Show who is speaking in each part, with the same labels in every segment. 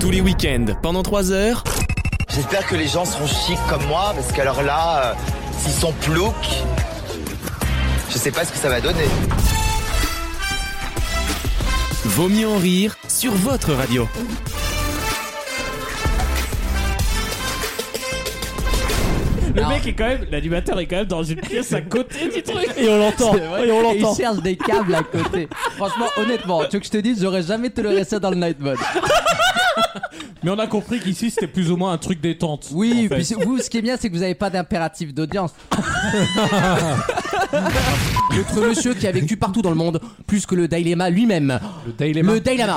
Speaker 1: Tous les week-ends, pendant 3 heures.
Speaker 2: J'espère que les gens seront chics comme moi, parce qu'alors là, euh, s'ils sont ploucs, je sais pas ce que ça va donner.
Speaker 1: Vaut mieux en rire sur votre radio.
Speaker 3: Le
Speaker 4: Alors-
Speaker 3: mec est quand même, l'animateur est quand même dans une pièce à côté du truc.
Speaker 4: Et on l'entend.
Speaker 5: vrai. Et on l'entend.
Speaker 4: il cherche des câbles à côté. Franchement, honnêtement, tu veux que je te dise, j'aurais jamais toléré ça dans le night mode.
Speaker 3: Mais on a compris qu'ici c'était plus ou moins un truc détente.
Speaker 4: Oui,
Speaker 3: en fait.
Speaker 4: puis c'est- vous, ce qui est bien, c'est que vous n'avez pas d'impératif d'audience. Notre monsieur qui a vécu partout dans le monde, plus que le Dailema lui-même.
Speaker 5: Le Daily
Speaker 4: Le Dailama.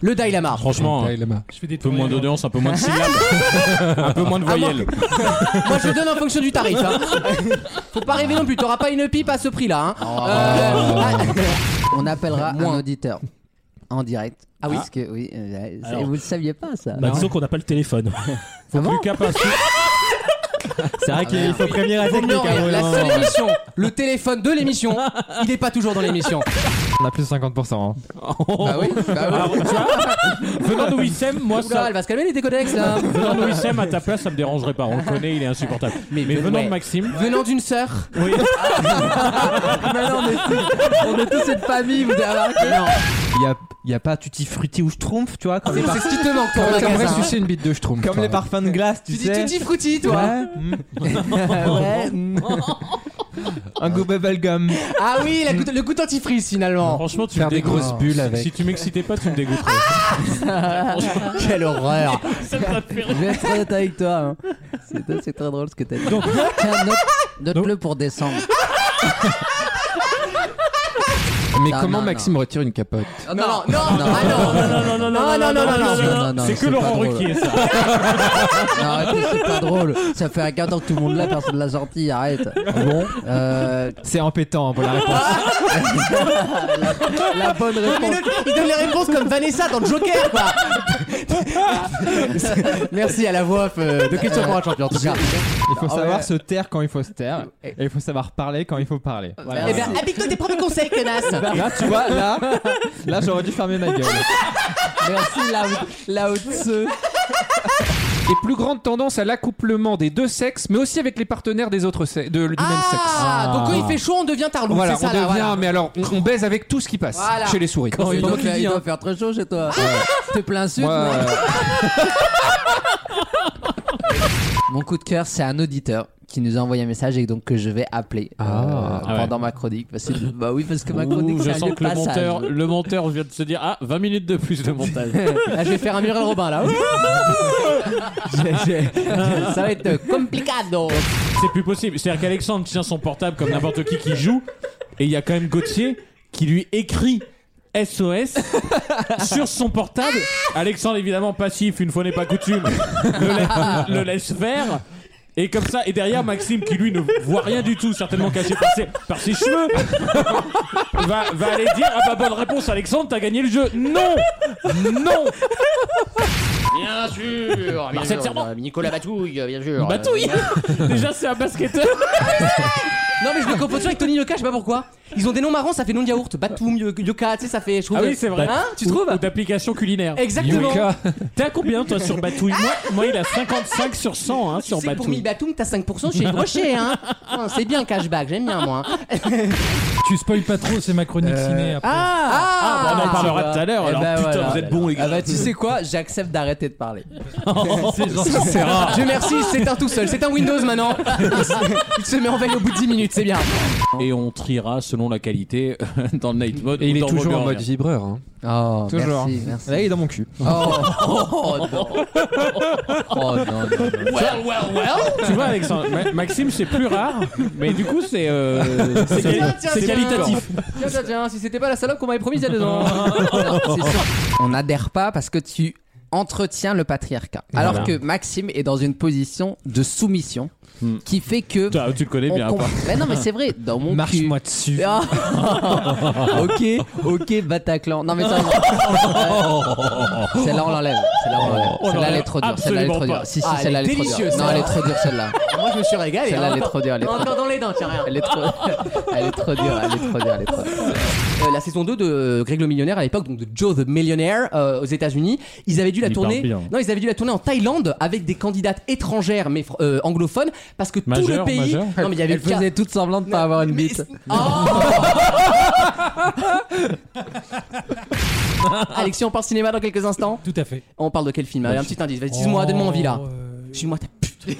Speaker 4: Le Dailama.
Speaker 3: Franchement, un
Speaker 5: Je fais des
Speaker 3: peu moins d'audience, un peu moins de signal, un peu moins de voyelles.
Speaker 4: Moi, je donne en fonction du tarif. hein. Faut pas rêver non plus, t'auras pas une pipe à ce prix-là. hein. Euh,
Speaker 6: On appellera
Speaker 4: Moins.
Speaker 6: un auditeur en direct.
Speaker 4: Ah oui
Speaker 6: Parce que oui, euh, c'est-
Speaker 3: Alors.
Speaker 6: vous ne saviez pas ça.
Speaker 7: Bah, disons qu'on n'a pas le téléphone.
Speaker 3: Faut plus qu'à passer.
Speaker 7: C'est vrai qu'il faut prévenir la
Speaker 4: Vaut mieux
Speaker 7: technique.
Speaker 4: en rire. la seule émission, le téléphone de l'émission, il est pas toujours dans l'émission.
Speaker 8: On a plus de 50%. hein.
Speaker 4: Bah oui, bah oui.
Speaker 3: Venant de Wissem, moi
Speaker 4: Oula,
Speaker 3: ça.
Speaker 4: elle va se calmer les décodex là.
Speaker 3: Venant de Wissem, à ta place, ça me dérangerait pas. On le connaît, il est insupportable. Mais,
Speaker 4: mais-
Speaker 3: venant
Speaker 4: ouais.
Speaker 3: de Maxime,
Speaker 4: Venant d'une sœur.
Speaker 3: oui.
Speaker 4: Mais non, mais c'est- on est tous cette famille, vous avez remarqué
Speaker 5: Il y a, il y a pas Tutti Frutti ou Schtroumpf, tu vois, comme les,
Speaker 4: Ah, C'est ce qui te manque pour un
Speaker 8: J'aimerais
Speaker 4: magasin.
Speaker 8: sucer une bite de schtroumpf.
Speaker 5: comme
Speaker 8: toi.
Speaker 5: les parfums de glace, tu,
Speaker 4: Tu dis
Speaker 5: sais.
Speaker 4: tutti frutti toi
Speaker 5: Ouais, mm. Ouais, mm. Un go bubblegum.
Speaker 4: Ah oui, la goutte- le goût antifreeze finalement
Speaker 3: Franchement, tu
Speaker 8: Faire
Speaker 3: me
Speaker 8: des
Speaker 3: dégoûtes.
Speaker 8: grosses bulles
Speaker 3: Si
Speaker 8: avec.
Speaker 3: tu m'excitais pas, tu me dégoûterais.
Speaker 4: Quelle horreur
Speaker 6: Je vais être très honnête avec toi. hein. C'est c'est très drôle ce que t'as dit. Tiens, note- note-le pour décembre.
Speaker 8: Mais
Speaker 6: Non,
Speaker 8: comment
Speaker 6: non,
Speaker 8: Maxime retire une capote
Speaker 4: Non, non, non, ah non
Speaker 7: non, non,
Speaker 4: non, Ah, non, non, non, non,
Speaker 6: non, non,
Speaker 3: C'est que
Speaker 6: c'est
Speaker 3: Laurent
Speaker 6: pas drôle.
Speaker 3: Ruquier, ça.
Speaker 6: Non, arrête, c'est pas drôle. Ça fait un quart d'heure que tout le monde l'a, personne l'a sorti, arrête.
Speaker 8: Bon,
Speaker 6: Euh,
Speaker 8: c'est empêtant pour la réponse.
Speaker 6: la bonne
Speaker 4: Mais
Speaker 6: réponse.
Speaker 4: le- Il donne les réponses comme Vanessa dans le Joker quoi Merci à la voix off, euh, de questions pour un champion en tout cas
Speaker 8: Il faut
Speaker 6: Ah
Speaker 8: savoir
Speaker 6: ouais.
Speaker 8: se taire quand il faut se taire. Et il faut savoir parler quand il faut parler. Voilà.
Speaker 4: Eh ben, applique-toi tes propres conseils, connasse
Speaker 8: Là, tu vois, là, là j'aurais dû fermer ma gueule.
Speaker 4: Merci Lao Tzu
Speaker 9: Et plus grande tendance à l'accouplement des deux sexes, mais aussi avec les partenaires des autres se- de, du même sexe.
Speaker 4: Ah, donc quand il fait chaud, on devient tarlou,
Speaker 9: Voilà,
Speaker 4: c'est ça
Speaker 9: on
Speaker 4: là,
Speaker 9: devient,
Speaker 4: voilà.
Speaker 9: mais alors, on, on baise avec tout ce qui passe
Speaker 4: Voilà.
Speaker 9: chez les souris.
Speaker 6: Il doit,
Speaker 4: qu'il
Speaker 6: faire-
Speaker 4: dit,
Speaker 6: il doit
Speaker 4: hein.
Speaker 6: faire très chaud chez toi. T'es plein sud.
Speaker 9: Moi,
Speaker 6: non
Speaker 9: euh,
Speaker 6: Mon coup de cœur, c'est un auditeur qui nous a envoyé un message et donc que je vais appeler euh,
Speaker 3: Ah ouais.
Speaker 6: pendant ma chronique. Parce que- bah oui, parce que ma chronique,
Speaker 3: Ouh,
Speaker 6: c'est
Speaker 3: je
Speaker 6: un
Speaker 3: sens
Speaker 6: lieu
Speaker 3: que
Speaker 6: de
Speaker 3: le
Speaker 6: passage.
Speaker 3: monteur, le monteur vient de se dire Ah, 20 minutes de plus de montage.
Speaker 4: Là, je vais faire un Muriel Robin là. J'ai- j'ai- Ça va être euh, complicado.
Speaker 3: C'est plus possible. C'est-à-dire qu'Alexandre tient son portable comme n'importe qui qui joue, et il y a quand même Gauthier qui lui écrit SOS sur son portable. Alexandre, évidemment, passif, une fois n'est pas coutume, le, la- le laisse faire. Et comme ça, et derrière Maxime, qui lui ne voit rien du tout, certainement caché par ses, par ses cheveux, va, va aller dire Ah bah bonne réponse, Alexandre, t'as gagné le jeu. Non Non
Speaker 4: Bien sûr, bien
Speaker 3: Marcel
Speaker 4: sûr,
Speaker 3: Serment.
Speaker 4: euh, Nicolas Batouille, euh, bien sûr.
Speaker 3: Batouille Déjà, c'est un basketteur.
Speaker 4: Euh, Non mais je le confonds toujours avec Tony Yoka, je sais pas pourquoi. Ils ont des noms marrants, ça fait nom de yaourt. Batoum, Yo- Yoka, tu sais, ça fait. je trouve-
Speaker 3: Ah oui, c'est vrai.
Speaker 4: Hein, tu
Speaker 3: Ou-
Speaker 4: trouves
Speaker 3: Ou d'application culinaire.
Speaker 4: Exactement.
Speaker 3: T'es à combien toi sur Batouille moi, moi il a 55 sur 100 hein,
Speaker 4: Tu
Speaker 3: sur
Speaker 4: sais que pour 1000
Speaker 3: Batouille.
Speaker 4: Batoum, t'as 5% chez Brochet, hein. Hein, C'est bien le cashback, j'aime bien moi. hein.
Speaker 10: Tu spoil pas trop, c'est ma chronique
Speaker 3: Euh,
Speaker 10: ciné. après.
Speaker 3: Ah, bah, on en
Speaker 4: tu
Speaker 3: parlera
Speaker 4: vois.
Speaker 3: tout à l'heure.
Speaker 4: Eh
Speaker 3: Alors
Speaker 4: ben,
Speaker 3: putain
Speaker 4: voilà.
Speaker 3: vous êtes bons les
Speaker 4: Ah
Speaker 3: gars.
Speaker 4: bah tu sais quoi, j'accepte d'arrêter de parler.
Speaker 3: c'est rare.
Speaker 4: Dieu merci, c'est un tout seul, c'est un Windows maintenant. Il se met en veille au bout de 10 minutes, c'est bien.
Speaker 3: Et on triera selon la qualité euh, dans le night mode.
Speaker 8: Et
Speaker 3: ou
Speaker 8: il est
Speaker 3: dans
Speaker 8: toujours en
Speaker 3: Robert
Speaker 8: mode
Speaker 3: Ryan.
Speaker 8: vibreur. hein.
Speaker 6: Oh,
Speaker 8: Toujours.
Speaker 6: merci, merci.
Speaker 8: Là, il est dans mon cul.
Speaker 6: Oh, oh, non. Oh, non, non, non.
Speaker 3: Well, well, well. Tu vois Alexandre, Ma- Maxime c'est plus rare, mais du coup c'est euh, c'est quali-
Speaker 4: Tiens, tiens,
Speaker 3: c'est
Speaker 4: tiens.
Speaker 3: qualitatif.
Speaker 4: Tiens, tiens, tiens, si c'était pas la salope qu'on m'avait promise il y a deux ans.
Speaker 6: Non, c'est sûr. On n'adhère pas parce que tu entretiens le patriarcat. Alors
Speaker 3: Voilà.
Speaker 6: que Maxime est dans une position de soumission. qui fait que.
Speaker 3: Toi, tu le connais
Speaker 6: on
Speaker 3: bien, hein,
Speaker 6: com-
Speaker 3: pas.
Speaker 6: Mais non, mais c'est vrai, dans mon cul.
Speaker 7: Marche-moi dessus.
Speaker 6: Ah. ok, ok, Bataclan. Non, mais ça, non. celle-là, on l'enlève. Celle-là, on l'enlève.
Speaker 3: Oh,
Speaker 6: Celle-là, elle est
Speaker 3: l'enlève.
Speaker 6: trop dure. Celle-là, elle est trop
Speaker 3: Absolument
Speaker 6: dure.
Speaker 3: pas.
Speaker 6: Si, si,
Speaker 4: Ah, elle
Speaker 6: celle-là,
Speaker 4: est
Speaker 6: elle est trop dure.
Speaker 4: délicieuse,
Speaker 6: Non, elle est
Speaker 4: hein.
Speaker 6: trop dure, celle-là.
Speaker 4: Moi, je me suis régalé.
Speaker 6: Celle-là,
Speaker 4: hein.
Speaker 6: elle est trop dure. Elle est trop
Speaker 4: Encore dans les dents, tiens, rien.
Speaker 6: Elle est trop, elle est trop dure, elle est trop dure, elle est trop dure.
Speaker 4: Euh, la saison 2 de Greg le Millionnaire à l'époque, donc de Joe the Millionaire euh, aux États-Unis. Ils avaient dû la
Speaker 3: Il
Speaker 4: tourner.
Speaker 3: parle bien.
Speaker 4: Non, ils avaient dû la tourner en Thaïlande avec des candidates étrangères mais fr- euh, anglophones parce que tout le
Speaker 3: Majeure,
Speaker 4: pays.
Speaker 3: majeure.
Speaker 4: Non, mais il y avait
Speaker 6: Elle
Speaker 4: le cas-
Speaker 6: faisait toute semblant de pas avoir une
Speaker 4: Mais
Speaker 6: bite.
Speaker 4: c'est- Oh Alexis, on parle cinéma dans quelques instants.
Speaker 10: Tout à fait.
Speaker 4: On parle de quel film Allez, un petit indice. Vas-y, dis-moi, donne-moi envie là.
Speaker 10: Oh, euh,
Speaker 4: Dis-moi ta pute.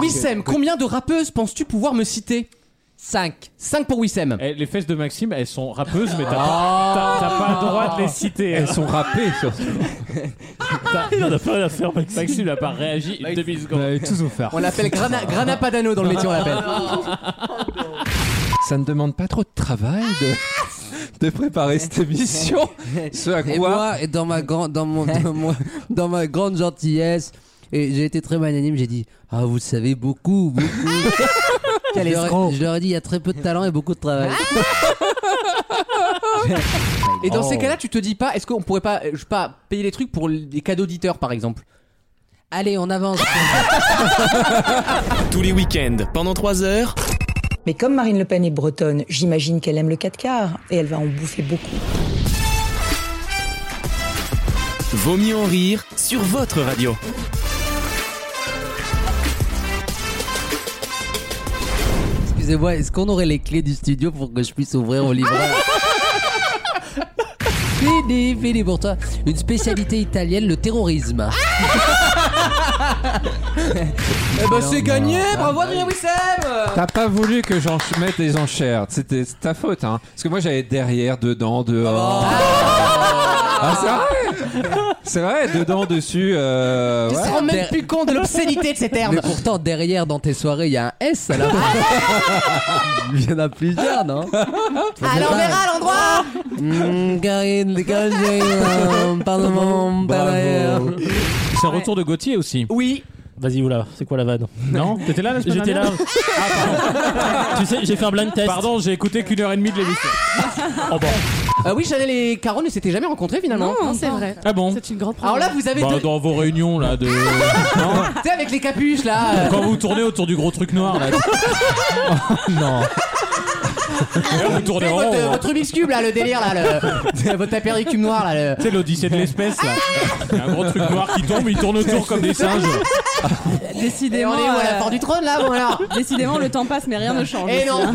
Speaker 4: Wissem, combien de rappeuses penses-tu pouvoir me citer 5. 5 pour Wissem.
Speaker 3: Eh, les fesses de Maxime, elles sont rappeuses, mais t'as pas, t'as- t'as pas le droit de les citer. Elles sont
Speaker 8: Rappé sur
Speaker 3: Il en a pas rien à faire, Maxime. Ah. Maxime n'a pas réagi une
Speaker 8: Vous
Speaker 3: demi-seconde.
Speaker 8: avez tous offert.
Speaker 4: On l'appelle Grana, Grana Padano dans le métier, on l'appelle.
Speaker 9: Ça ne demande pas trop de travail de, de préparer cette émission. Ce à
Speaker 6: Et
Speaker 9: quoi
Speaker 6: moi, et dans ma grande, dans mon, dans moi- dans ma grande gentillesse, et j'ai été très magnanime, j'ai dit, ah, vous savez beaucoup, beaucoup. je, leur, je leur ai dit, il y a très peu de talent et beaucoup de travail.
Speaker 4: Ah Et dans ces cas-là, tu te dis pas, est-ce qu'on pourrait pas, euh, je sais pas, payer des trucs pour les cadeaux d'auditeurs par exemple
Speaker 6: Allez, on avance.
Speaker 1: Tous les week-ends, pendant 3 heures,
Speaker 11: Mais comme Marine Le Pen est bretonne, j'imagine qu'elle aime le 4 quarts et elle va en bouffer beaucoup.
Speaker 1: Vaut mieux en rire sur votre radio.
Speaker 6: Excusez-moi, est-ce qu'on aurait les clés du studio pour que je puisse ouvrir au livreur
Speaker 4: Ah
Speaker 6: Fini, fini pour toi. Une spécialité italienne, le terrorisme.
Speaker 4: Ah Eh ben c'est gagné, bravo
Speaker 6: Ah,
Speaker 4: Adrien Wissem
Speaker 9: T'as pas voulu que j'en mette des enchères. C'était c'est ta faute, hein. Parce que moi j'avais derrière, dedans, dehors.
Speaker 4: Oh.
Speaker 9: Ah, c'est vrai C'est vrai, dedans, dessus. euh,
Speaker 4: Tu
Speaker 9: ouais.
Speaker 4: te rends même plus compte de l'obscénité de ces termes Ah
Speaker 6: Mais pourtant, derrière, dans tes soirées, il y a un S à la fin. Il y en a plusieurs, non
Speaker 4: À l'envers, à l'endroit Mm,
Speaker 6: Mmh, Karine, Karine, pardon, pardon.
Speaker 3: C'est un retour de Gauthier aussi.
Speaker 4: Oui,
Speaker 7: Vas-y, oula, c'est quoi la vanne
Speaker 3: Non T'étais là la semaine
Speaker 7: J'étais là. Ah,
Speaker 3: dernière
Speaker 7: tu sais, j'ai fait un blind test.
Speaker 3: Pardon, j'ai écouté qu'une heure et demie de l'émission.
Speaker 7: Oh, bon.
Speaker 4: Euh, oui, Chanel et Caron ne s'étaient jamais rencontrés finalement.
Speaker 12: Non, c'est vrai.
Speaker 3: Ah bon
Speaker 12: C'est une grande
Speaker 4: Alors là, vous avez
Speaker 3: Bah,
Speaker 4: deux.
Speaker 3: Dans vos réunions là, de...
Speaker 4: Tu sais, avec les capuches là. euh,
Speaker 3: quand vous tournez autour du gros truc noir là.
Speaker 7: Oh, Non.
Speaker 3: Et là, vous tournez
Speaker 4: faites
Speaker 3: en
Speaker 4: votre,
Speaker 3: rond. hein.
Speaker 4: votre Rubik's Cube là, le délire là, le, votre apéricube noir là. le-
Speaker 3: Tu sais, l'Odyssée de l'espèce là. Il y a un gros truc noir qui tombe, il tourne autour comme des singes.
Speaker 4: Et on
Speaker 12: Décidément,
Speaker 4: est où à la
Speaker 12: euh,
Speaker 4: porte du trône là Bon alors
Speaker 12: décidément, le temps passe, mais rien ne change.
Speaker 4: Eh
Speaker 12: ici,
Speaker 4: non.
Speaker 12: hein.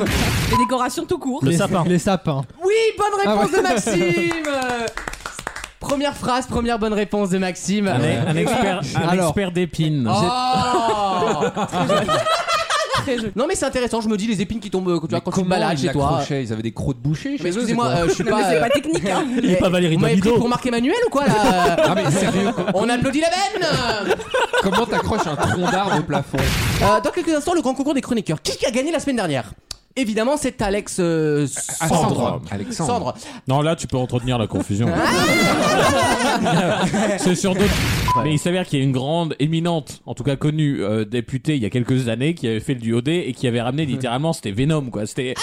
Speaker 12: Les décorations tout court.
Speaker 7: Le sapin.
Speaker 5: Les sapins.
Speaker 4: Oui, bonne réponse de Maxime Euh, Première phrase, première bonne réponse de Maxime.
Speaker 3: Un, un expert, un
Speaker 5: Alors.
Speaker 3: expert d'épines.
Speaker 7: Ah.
Speaker 4: Oh
Speaker 12: Très joli.
Speaker 4: non mais c'est intéressant, je me dis les épines qui tombent euh, quand tu,
Speaker 9: Mais
Speaker 4: vois, quand tu te
Speaker 9: comment
Speaker 4: balades
Speaker 9: ils
Speaker 4: chez toi.
Speaker 9: l'accrochaient Ils avaient des crocs de boucher chez
Speaker 4: Mais
Speaker 9: eux, c'est
Speaker 4: excusez-moi,
Speaker 9: quoi
Speaker 4: euh, je suis pas.
Speaker 12: c'est
Speaker 4: euh,
Speaker 12: pas technique. Hein.
Speaker 7: Il est pas Valérie
Speaker 4: Vous m'avez pris
Speaker 7: Damido.
Speaker 4: pour Marc Emmanuel ou quoi là
Speaker 9: Ah, mais sérieux,
Speaker 4: On applaudit la benne
Speaker 9: comment t'accroches un tronc d'arbre au plafond
Speaker 4: Euh, Dans quelques instants, le grand concours des chroniqueurs. Qui a gagné la semaine dernière Évidemment, c'est Alex euh, Sandre.
Speaker 9: Ah, Alexandre.
Speaker 4: Sandre.
Speaker 3: Non, là, tu peux entretenir la confusion.
Speaker 7: Ah.
Speaker 3: C'est sur d'autres. Mais il s'avère qu'il y a une grande, éminente, en tout cas connue, euh, députée il y a quelques années qui avait fait le duo D et qui avait ramené littéralement, c'était Venom, quoi. C'était. Je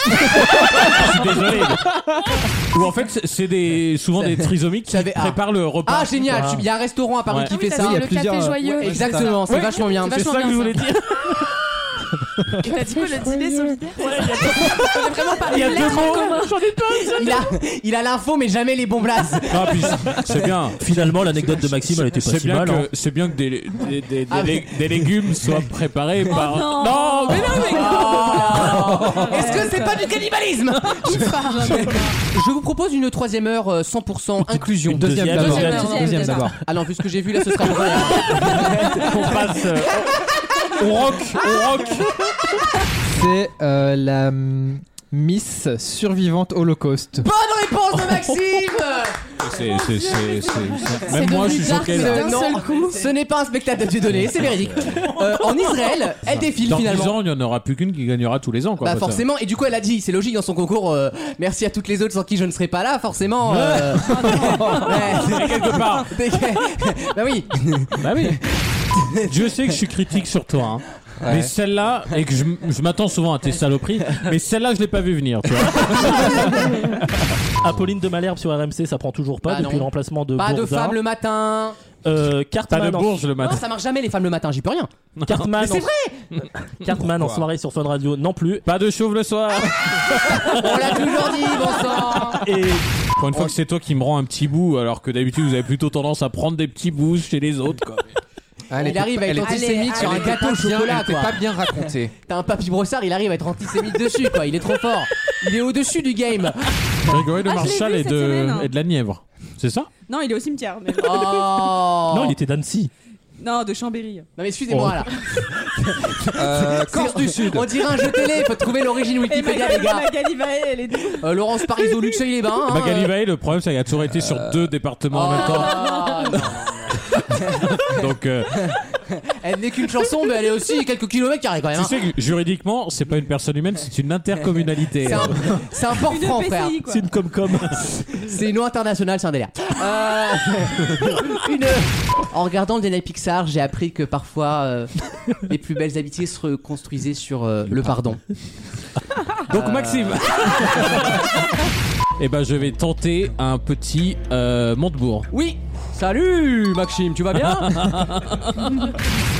Speaker 3: suis désolé. mais- Ou en fait, c'est- c'est des, souvent des trisomiques qui
Speaker 4: J'avais- ah.
Speaker 3: préparent le repas.
Speaker 4: Ah génial,
Speaker 3: Voilà.
Speaker 4: tu- il y a un restaurant à Paris
Speaker 3: Ouais.
Speaker 4: qui
Speaker 12: Ah oui,
Speaker 4: fait
Speaker 12: t'as
Speaker 4: ça.
Speaker 12: dit le café joyeux.
Speaker 4: Ouais, Exactement, c'est vachement bien.
Speaker 12: C'est ça que je voulais
Speaker 3: dire.
Speaker 12: Et t'as dit que le dîner solidaire.
Speaker 3: Il y a deux mots.
Speaker 4: Il a, il a l'info mais jamais les bons blasts.
Speaker 3: Ah, puis c'est bien.
Speaker 7: Finalement, l'anecdote de Maxime, elle était pas
Speaker 3: C'est
Speaker 7: si
Speaker 3: bien,
Speaker 7: mal.
Speaker 3: que-
Speaker 7: hein. Ah,
Speaker 3: c'est bien que des, des- des- des- des- des légumes soient préparés
Speaker 7: Oh
Speaker 13: Bah,
Speaker 3: par.
Speaker 12: Oh, non.
Speaker 3: non, mais non, mais
Speaker 4: Oh. Est-ce que c'est pas du cannibalisme Je vous propose une troisième heure euh, 100% inclusion.
Speaker 7: deuxième
Speaker 12: Deuxième heure,
Speaker 7: d'abord.
Speaker 12: deuxième,
Speaker 5: Deuxième
Speaker 12: deuxième.
Speaker 5: d'abord.
Speaker 4: Alors vu ce que j'ai vu là, ce sera pour rien.
Speaker 3: qu'on passe. euh, on rock, on rock.
Speaker 5: C'est euh, la hum,
Speaker 6: mm,
Speaker 5: Miss survivante Holocauste.
Speaker 4: Bonne réponse de Maxime.
Speaker 3: C'est, c'est, c'est, c'est-
Speaker 12: C'est
Speaker 3: Même moi, je
Speaker 12: devenu
Speaker 3: suis
Speaker 12: dark,
Speaker 3: choqué
Speaker 12: c'est
Speaker 3: là.
Speaker 12: d'un
Speaker 4: Non,
Speaker 12: seul coup.
Speaker 4: ce n'est pas un spectacle de données, c'est véridique. Euh, en Israël, elle défile
Speaker 3: Dans 10
Speaker 4: finalement.
Speaker 3: ans, il n'y en aura plus qu'une qui gagnera tous les ans. Quoi,
Speaker 4: Bah
Speaker 3: en fait.
Speaker 4: forcément, et du coup elle a dit, c'est logique dans son concours, euh, merci à toutes les autres sans qui je ne serais pas là, forcément. euh, ouais.
Speaker 3: Et quelque part.
Speaker 4: bah oui.
Speaker 3: Bah oui. Dieu sait que je suis critique sur toi. hein.
Speaker 7: Ouais.
Speaker 3: Mais celle-là, et que je, m- je m'attends souvent à tes saloperies, mais celle-là, je l'ai pas vu venir. Tu vois.
Speaker 7: Apolline de Malherbe sur RMC, ça prend toujours pas
Speaker 4: Bah
Speaker 7: depuis
Speaker 4: non.
Speaker 7: le remplacement de
Speaker 4: Pas de
Speaker 7: Bourza.
Speaker 4: femme le matin.
Speaker 7: Euh, Cartman en-
Speaker 3: Bah,
Speaker 4: Non, ça marche jamais les femmes le matin, j'y peux rien.
Speaker 7: Cartman
Speaker 4: Mais c'est
Speaker 7: en-
Speaker 4: vrai
Speaker 7: Cartman en
Speaker 4: Pourquoi
Speaker 7: soirée sur Fun Radio non plus. Pas
Speaker 3: de chauve le soir.
Speaker 4: On l'a toujours dit, bon sang
Speaker 7: Et
Speaker 3: Pour une fois que c'est toi qui me rends un petit bout, alors que d'habitude, vous avez plutôt tendance à prendre des petits bouts chez les autres. Quoi.
Speaker 4: Il arrive à être antisémite sur un gâteau au chocolat, quoi.
Speaker 9: raconté.
Speaker 4: T'as un papy brossard, il arrive à être antisémite dessus, quoi. Il est trop fort. Il est au-dessus du game.
Speaker 3: Grégory de
Speaker 12: Ah, je l'ai
Speaker 3: Marshall
Speaker 12: vu
Speaker 3: et
Speaker 12: cette
Speaker 3: de,
Speaker 12: semaine, hein.
Speaker 3: et de la Nièvre. C'est ça
Speaker 12: Non, il est au cimetière. Mais...
Speaker 7: Non, il était d'Annecy.
Speaker 12: Non, de Chambéry.
Speaker 4: Oh. Non, mais excusez-moi, là.
Speaker 14: Euh,
Speaker 9: Corse du Sud.
Speaker 4: On dirait un jeu télé, faut trouver l'origine
Speaker 12: Et
Speaker 4: Wikipédia, les
Speaker 12: Magali,
Speaker 4: gars.
Speaker 12: Magali Vaé, elle est douce.
Speaker 4: Euh, Laurence Parisot, Luxeuil-les-Bains.
Speaker 7: Ah,
Speaker 4: hein,
Speaker 3: Magali
Speaker 4: euh.
Speaker 3: Vaé, le problème, c'est qu'elle a toujours été sur deux
Speaker 7: Euh,
Speaker 3: départements
Speaker 7: oh.
Speaker 3: en même
Speaker 4: Ah, non.
Speaker 3: temps. Donc, euh,
Speaker 4: Elle n'est qu'une chanson, mais elle est aussi quelques kilomètres carrés quand même.
Speaker 3: tu
Speaker 4: hein.
Speaker 3: sais que juridiquement, c'est pas une personne humaine, c'est une intercommunalité.
Speaker 4: C'est un, c'est un port
Speaker 12: Une
Speaker 4: franc,
Speaker 12: EPCI,
Speaker 4: frère.
Speaker 12: quoi.
Speaker 7: C'est une com-com.
Speaker 4: C'est une loi internationale, c'est un délire. Euh, une- En regardant le DNA Pixar, j'ai appris que parfois euh, les plus belles amitiés se construisaient sur euh, le pardon.
Speaker 3: Donc, Maxime. Eh ben, je vais tenter un petit euh, Montebourg.
Speaker 4: Oui
Speaker 13: Ah,
Speaker 4: Salut Maxime, tu vas bien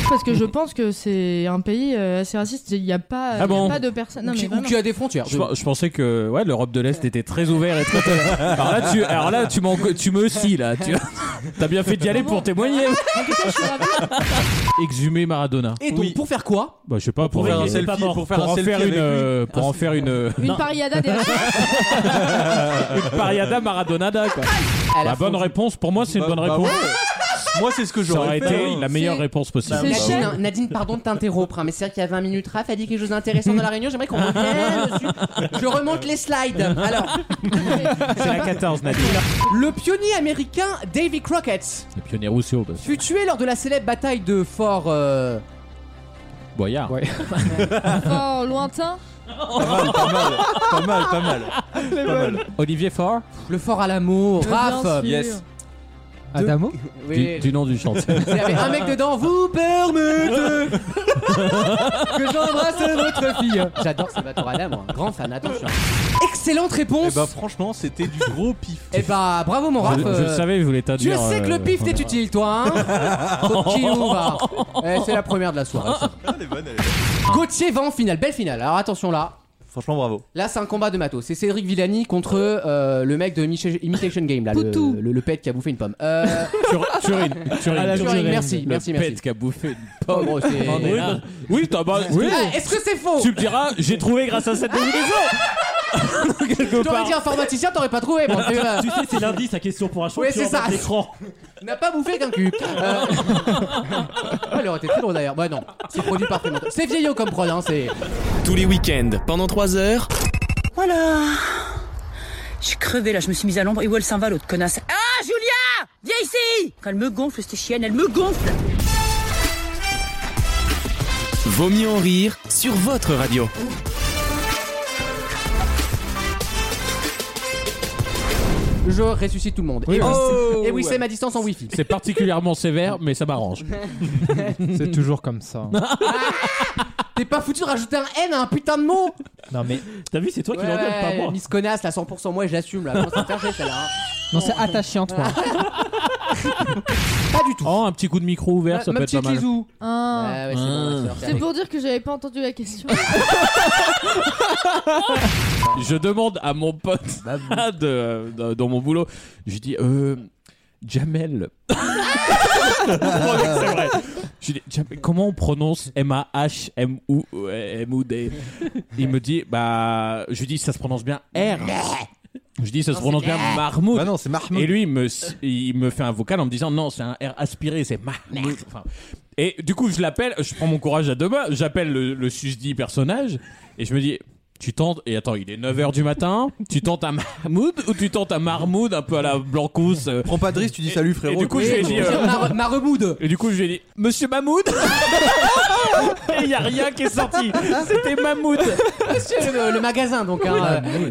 Speaker 13: Parce que je pense que c'est un pays euh, assez raciste. Il n'y
Speaker 12: Ah
Speaker 13: a pas, il y a
Speaker 3: bon
Speaker 13: pas de personne. Non, mais
Speaker 4: Qui- Ou
Speaker 13: vraiment.
Speaker 4: qui a des frontières
Speaker 3: Je, je pensais que ouais, l'Europe de l'Est était très ouverte et très. alors là, tu, alors là, tu, m'en- tu me scies là. Tu as bien fait d'y aller pour témoigner. Exhumer Maradona.
Speaker 4: Et donc, pour faire quoi
Speaker 3: Bah, je sais pas, pour,
Speaker 7: faire
Speaker 3: en-
Speaker 7: un selfie,
Speaker 3: pour,
Speaker 7: pour faire un
Speaker 3: en
Speaker 7: selfie
Speaker 3: faire une.
Speaker 7: avec
Speaker 3: euh, Pour en faire une. euh,
Speaker 13: Une
Speaker 3: non,
Speaker 13: pariada des
Speaker 3: une pariada Maradonada, quoi.
Speaker 4: Elle a
Speaker 3: La Bah, bonne
Speaker 4: fondu.
Speaker 3: réponse, pour moi, c'est une
Speaker 7: Bah-
Speaker 3: bonne
Speaker 7: bah
Speaker 3: réponse.
Speaker 7: Moi, c'est ce que
Speaker 3: Ça aurait
Speaker 7: j'aurais fait.
Speaker 3: été
Speaker 9: hein.
Speaker 3: la meilleure
Speaker 4: C'est-
Speaker 3: réponse possible. Bah,
Speaker 4: Nadine, Nadine, pardon de t'interrompre, hein, mais c'est vrai qu'il y a 20 minutes, Raph a dit quelque chose d'intéressant dans la réunion, j'aimerais qu'on revienne dessus. Je remonte les slides. Alors,
Speaker 3: C'est la 14, Nadine.
Speaker 4: le pionnier américain Davy Crockett
Speaker 3: Le pionnier Rousseau, bah, parce que-
Speaker 4: fut tué lors de la célèbre bataille de Fort... euh,
Speaker 3: Boyard.
Speaker 13: Oh, lointain.
Speaker 9: Pas mal, pas mal.
Speaker 3: Olivier Faure
Speaker 4: Le fort à l'amour, Raph euh,
Speaker 9: Yes.
Speaker 5: Adamo
Speaker 4: Oui.
Speaker 3: nom du chanteur.
Speaker 4: Il y avait un mec dedans, vous permettez que j'embrasse votre fille. J'adore Salvatore Adam, un grand fan, attention. Excellente
Speaker 14: Eh
Speaker 4: réponse.
Speaker 14: bah franchement, c'était du gros pif.
Speaker 4: Eh bah, bravo mon Raph.
Speaker 3: Je, je le
Speaker 4: euh,
Speaker 3: savais, je voulais euh,
Speaker 4: Je
Speaker 3: t'induire.
Speaker 4: sais
Speaker 14: euh,
Speaker 4: que le pif t'est utile, toi, hein Faut qu'il nous va. Eh, c'est la première de la soirée. ça.
Speaker 14: Elle est bonne, elle est bonne.
Speaker 4: Gauthier va en finale, belle finale. Alors attention là.
Speaker 14: Franchement, bravo.
Speaker 4: Là, c'est un combat de matos. C'est Cédric Villani contre euh, le mec de Imitation Imitation Game, là,
Speaker 13: Poutou.
Speaker 4: le, le, le pet qui a bouffé une pomme. Euh,
Speaker 3: Turin, Turin,
Speaker 4: À la Turing, merci,
Speaker 3: Le
Speaker 4: merci, merci.
Speaker 3: pète qui a bouffé une
Speaker 4: oh,
Speaker 3: pomme.
Speaker 4: bon, c'est-
Speaker 3: On est là. Oui, t'as bah, oui.
Speaker 4: Ah, Est-ce que c'est faux
Speaker 3: Tu me diras, j'ai trouvé grâce à cette définition. Quelque
Speaker 4: T'aurais
Speaker 3: part.
Speaker 4: dit informaticien, t'aurais pas trouvé. bon, tu vois.
Speaker 7: Tu sais, c'est lundi sa question pour un choix.
Speaker 4: Oui,
Speaker 7: tu
Speaker 4: c'est
Speaker 7: regardes
Speaker 4: ça.
Speaker 7: l'écran.
Speaker 4: N'a pas bouffé qu'un cul. Euh... Elle aurait été très drôle d'ailleurs. Bah non, c'est produit par Fremantle. C'est vieillot comme prod, hein, c'est.
Speaker 1: Tous les week-ends, pendant 3 heures.
Speaker 15: Voilà. Je suis crevée là, je me suis mise à l'ombre. Et où elle s'en va l'autre connasse Ah, Julia Viens ici Quand elle me gonfle, cette chienne, elle me gonfle
Speaker 1: Vaut mieux en rire sur votre radio.
Speaker 4: Je ressuscite tout le monde. et oui,
Speaker 3: Oh,
Speaker 4: et oui
Speaker 3: ouais.
Speaker 4: c'est ma distance en wifi.
Speaker 3: C'est particulièrement sévère, mais ça m'arrange.
Speaker 8: C'est toujours comme ça.
Speaker 4: T'es pas foutu de rajouter un N à un putain de mot
Speaker 8: Non mais
Speaker 7: T'as vu, c'est toi qui
Speaker 4: Ouais,
Speaker 7: l'engueule, pas moi.
Speaker 4: Miss connasse, là, 100% moi, et je l'assume, là. Comment ça me fait, celle-là, hein
Speaker 5: Non, c'est attachant, toi.
Speaker 4: Pas du tout.
Speaker 3: Oh, un petit coup de micro ouvert, ça
Speaker 4: Ma- ma
Speaker 3: peut être
Speaker 4: petite
Speaker 3: pas mal.
Speaker 4: Lizou.
Speaker 13: Ah.
Speaker 4: Ouais, ouais, c'est bon, ma
Speaker 3: Ah.
Speaker 4: sœur, t'es
Speaker 13: C'est
Speaker 4: avec.
Speaker 13: pour dire que j'avais pas entendu la question.
Speaker 3: Je demande à mon pote
Speaker 14: Bah
Speaker 3: de, de- dans mon boulot, je lui dis euh, Jamel. C'est vrai. Je lui dis Jamel, comment on prononce M A H M O euh, M O D Il me dit bah je lui dis ça se prononce bien R. Je dis ça se prononce bien Mahmoud.
Speaker 14: Bah non, c'est Mahmoud.
Speaker 3: Et lui il me il me fait un vocal en me disant non c'est un R aspiré c'est Mahmoud. Enfin, et du coup, je l'appelle, je prends mon courage à deux mains, j'appelle le, le susdit personnage, et je me dis Tu tentes, et attends, il est 9h du matin, tu tentes à Mahmoud ou tu tentes à Marmoud un peu à la Blancousse euh,
Speaker 14: Prends pas de risque, tu dis salut frérot.
Speaker 3: Et du coup, je lui ai dit. euh, Et du coup, je lui ai dit Monsieur Mahmoud Et il n'y a rien qui est sorti C'était Mahmoud
Speaker 4: Monsieur le, le magasin, donc. hein, euh,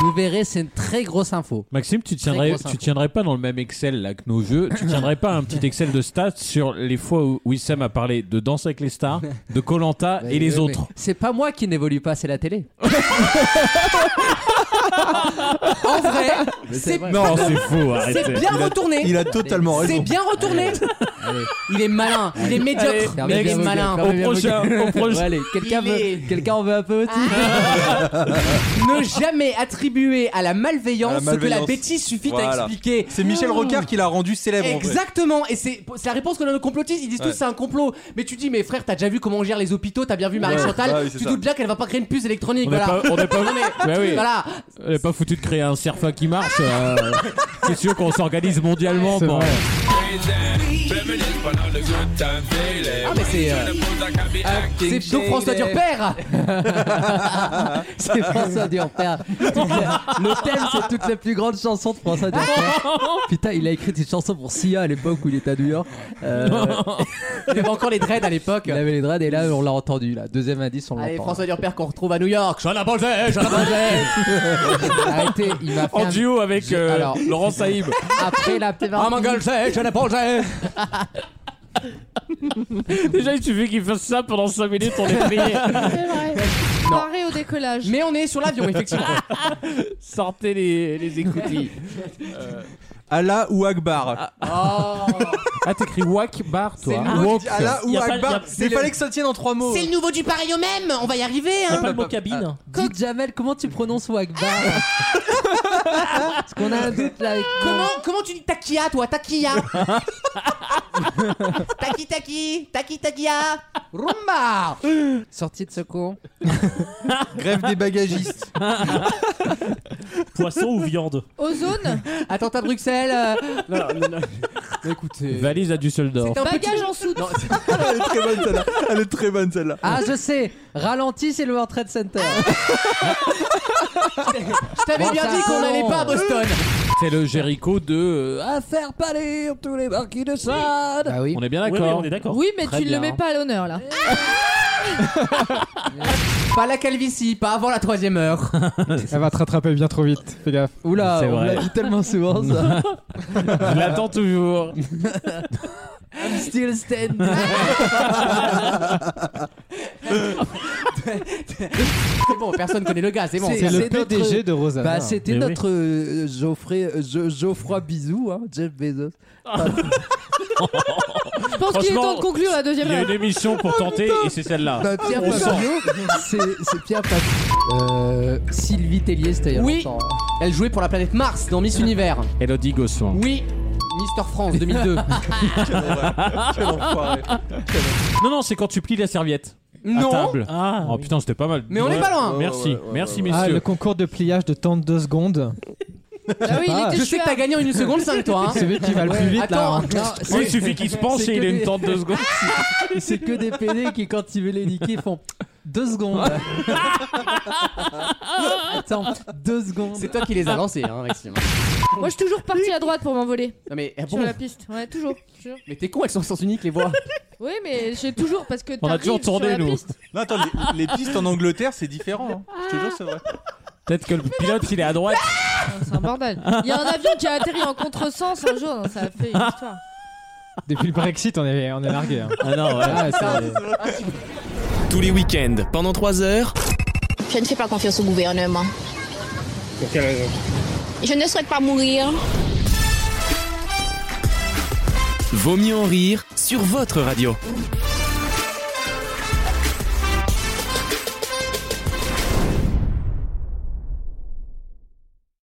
Speaker 6: Vous verrez, c'est une très grosse info.
Speaker 3: Maxime, tu
Speaker 6: Très
Speaker 3: tiendrais,
Speaker 6: grosse
Speaker 3: tu
Speaker 6: info.
Speaker 3: tiendrais pas dans le même Excel là, que nos jeux, tu tiendrais pas un petit Excel de stats sur les fois où Wissam a parlé de Danse avec les stars, de Colanta et les
Speaker 6: Ouais, mais
Speaker 3: autres.
Speaker 6: C'est pas moi qui n'évolue pas, c'est la télé. en vrai, c'est
Speaker 3: vrai. Non, c'est faux,
Speaker 4: C'est
Speaker 3: arrêtez.
Speaker 4: bien
Speaker 3: Il a-
Speaker 4: retourné.
Speaker 14: il a totalement
Speaker 4: C'est
Speaker 14: raison.
Speaker 4: bien retourné. Il est malin. Il est médiocre.
Speaker 6: Allez,
Speaker 4: mais il est
Speaker 6: next.
Speaker 4: malin.
Speaker 6: Fermez bien vos gueules. Ouais, allez, quelqu'un
Speaker 4: Il est-
Speaker 6: veut, quelqu'un en veut un peu aussi.
Speaker 14: Ah.
Speaker 4: Ne jamais attribuer à la malveillance,
Speaker 14: À la
Speaker 4: ce que la
Speaker 14: malveillance.
Speaker 4: bêtise suffit à
Speaker 14: Voilà.
Speaker 4: expliquer.
Speaker 14: C'est Michel Rocard qui l'a rendu célèbre. en vrai.
Speaker 4: Exactement, et c'est c'est la réponse qu'on a nos complotistes. Ils disent
Speaker 14: Ouais.
Speaker 4: tous c'est un complot, mais tu dis mais frère t'as déjà vu comment on gère les hôpitaux, t'as bien vu Marie
Speaker 3: Ouais.
Speaker 4: Chantal,
Speaker 3: Ah oui, c'est
Speaker 4: tu
Speaker 3: ça.
Speaker 4: doutes bien qu'elle va pas créer une puce électronique.
Speaker 3: On n'est
Speaker 4: voilà.
Speaker 3: pas, on n'est pas,
Speaker 4: Non, mais-
Speaker 3: Bah oui.
Speaker 4: voilà. Ah,
Speaker 3: On n'est pas foutu de créer un serfa qui marche. euh, c'est sûr qu'on s'organise mondialement pour.
Speaker 4: Ah mais c'est euh, c'est donc François Durper.
Speaker 6: c'est François Durper. Le thème, c'est toutes les plus grandes chansons de François Durper. Putain, il a écrit des chansons pour Sia à l'époque où il était à New York. Euh,
Speaker 4: Il avait encore les dreads à l'époque.
Speaker 6: il avait les dreads et là, on l'a entendu. Là. Deuxième indice, on
Speaker 4: Allez
Speaker 6: l'entend.
Speaker 4: François Durper qu'on retrouve à New York. Jean la
Speaker 3: eh,
Speaker 4: Jean
Speaker 6: Arrêtez, il m'a fait
Speaker 3: En
Speaker 6: un-
Speaker 3: duo avec
Speaker 6: J'ai-
Speaker 3: euh,
Speaker 6: alors-
Speaker 3: Laurent Saïb.
Speaker 6: Après la
Speaker 4: Ah mon gueule c'est Jean la
Speaker 3: Déjà, il suffit qu'il fasse ça pendant 5 minutes, on est prié.
Speaker 13: C'est vrai. Paré au décollage.
Speaker 4: Mais on est sur l'avion effectivement.
Speaker 3: Sortez les, les écoutilles.
Speaker 14: Allah ou Akbar.
Speaker 3: Ah, t'écris Wak Bar, toi.
Speaker 14: Ah,
Speaker 3: Wak.
Speaker 14: tu dis Allah
Speaker 7: Y
Speaker 14: ou
Speaker 7: a pas- y
Speaker 14: Akbar.
Speaker 7: a- c'est
Speaker 14: Il
Speaker 7: le-
Speaker 14: fallait que ça tienne en trois mots.
Speaker 4: C'est le nouveau du pareil au même, on va y arriver hein.
Speaker 7: pas le mot cabine.
Speaker 6: Dites Jamel, comment tu prononces Wagbar
Speaker 13: Ah.
Speaker 6: Parce qu'on a un doute là. avec-
Speaker 4: Comment, comment tu dis takia toi Takia Taki taki Taki takia Rumba
Speaker 6: Sortie de secours.
Speaker 14: Grève des bagagistes.
Speaker 7: Poisson ou viande
Speaker 13: Ozone,
Speaker 4: Attentat de Bruxelles euh, Non, non, non. Écoutez.
Speaker 3: Valise à Düsseldorf.
Speaker 4: C'est un
Speaker 13: bagage en soute.
Speaker 14: Elle est très bonne celle-là. Elle est très bonne celle-là.
Speaker 6: Ah, je sais. Ralenti, c'est le World Trade Center.
Speaker 4: Ah Je t'avais
Speaker 6: Bon,
Speaker 4: bien
Speaker 6: ça,
Speaker 4: dit qu'on
Speaker 6: non.
Speaker 4: n'allait pas à Boston
Speaker 3: C'est le Jericho de. euh,
Speaker 6: À faire pâlir tous les marquis de Sade. Ah oui.
Speaker 3: On est bien
Speaker 7: Ouais, ouais,
Speaker 3: d'accord.
Speaker 7: on est d'accord.
Speaker 13: Oui, mais
Speaker 6: Très
Speaker 13: tu ne
Speaker 6: bien.
Speaker 13: le mets pas à l'honneur là.
Speaker 4: Pas la calvitie, pas avant la troisième heure
Speaker 5: Elle va te rattraper bien trop vite, fais gaffe.
Speaker 6: Oula,
Speaker 14: Ah,
Speaker 3: C'est
Speaker 6: on
Speaker 3: vrai.
Speaker 6: l'a dit tellement souvent ça.
Speaker 3: Je l'attends toujours.
Speaker 6: Still stand.
Speaker 4: C'est bon, personne connaît le gars, c'est bon
Speaker 5: C'est le PDG de Rosanna.
Speaker 4: Ah,
Speaker 6: Bah, c'était
Speaker 7: Mais oui.
Speaker 6: notre euh, Geoffrey, euh, Jo- Geoffroy Bisou, hein, Jeff Bezos.
Speaker 13: Je pense qu'il est
Speaker 3: Franchement,
Speaker 13: temps de conclure la deuxième
Speaker 3: Il y a
Speaker 13: heure.
Speaker 3: une émission pour tenter et c'est celle-là.
Speaker 6: Bah, Pierre
Speaker 3: On sent.
Speaker 6: Papillon, c'est c'est Pierre Papillon. Euh, Sylvie Tellier, c'était il y a
Speaker 4: Oui.
Speaker 6: longtemps.
Speaker 4: Elle jouait pour la planète Mars dans Miss Univers
Speaker 3: Elodie Gossuin.
Speaker 4: Oui Mister France 2002
Speaker 14: Quel enfoiré.
Speaker 3: Non, non, c'est quand tu plies la serviette.
Speaker 4: Non.
Speaker 3: À table.
Speaker 7: Ah,
Speaker 3: Oh putain, c'était pas mal.
Speaker 4: Mais on est pas loin.
Speaker 3: Merci,
Speaker 14: Ouais, ouais, ouais,
Speaker 3: merci
Speaker 14: ouais.
Speaker 5: Ah, le
Speaker 3: messieurs.
Speaker 5: concours de pliage de 32 secondes.
Speaker 13: Ah oui, il
Speaker 5: Ah,
Speaker 13: était
Speaker 4: Je sais que
Speaker 13: chouette.
Speaker 4: t'as gagné en une seconde 5 toi hein.
Speaker 5: Celui qui va le plus vite
Speaker 4: Attends,
Speaker 5: là. hein.
Speaker 6: Non,
Speaker 3: Oui,
Speaker 6: c'est-
Speaker 3: il suffit qu'il se penche
Speaker 6: c'est
Speaker 3: et il
Speaker 6: que
Speaker 3: a une
Speaker 6: des-
Speaker 3: tente de secondes.
Speaker 6: C'est que des PD qui, quand ils veulent les niquer, font 2 secondes. Attends, 2 secondes.
Speaker 4: C'est toi qui les as lancés hein Maxime
Speaker 13: Moi, je suis toujours parti à droite pour m'envoler
Speaker 4: Non mais, eh,
Speaker 13: sur
Speaker 4: bon,
Speaker 13: la piste. Ouais, toujours. toujours.
Speaker 4: mais t'es con elles sont en sens unique les voix
Speaker 13: Oui, mais j'ai toujours parce que
Speaker 3: On a
Speaker 13: t'arrives
Speaker 3: toujours
Speaker 13: sur
Speaker 3: tourné,
Speaker 13: la
Speaker 3: nous.
Speaker 13: piste.
Speaker 14: Non, attends, les, les pistes en Angleterre, c'est différent. hein. Je te jure, c'est vrai.
Speaker 3: Peut-être que le pilote, il est à droite.
Speaker 13: C'est un bordel. Il y a un avion qui a atterri en contresens un jour, non, ça a fait une histoire.
Speaker 5: Depuis le Brexit, on est, on est largué. hein.
Speaker 3: Ah non, ouais.
Speaker 5: Ah, c'est-
Speaker 1: Tous les week-ends, pendant 3 heures,
Speaker 16: Je ne fais pas confiance au gouvernement. Pour quelle raison Je ne souhaite pas mourir.
Speaker 1: Vaut mieux en rire sur votre radio.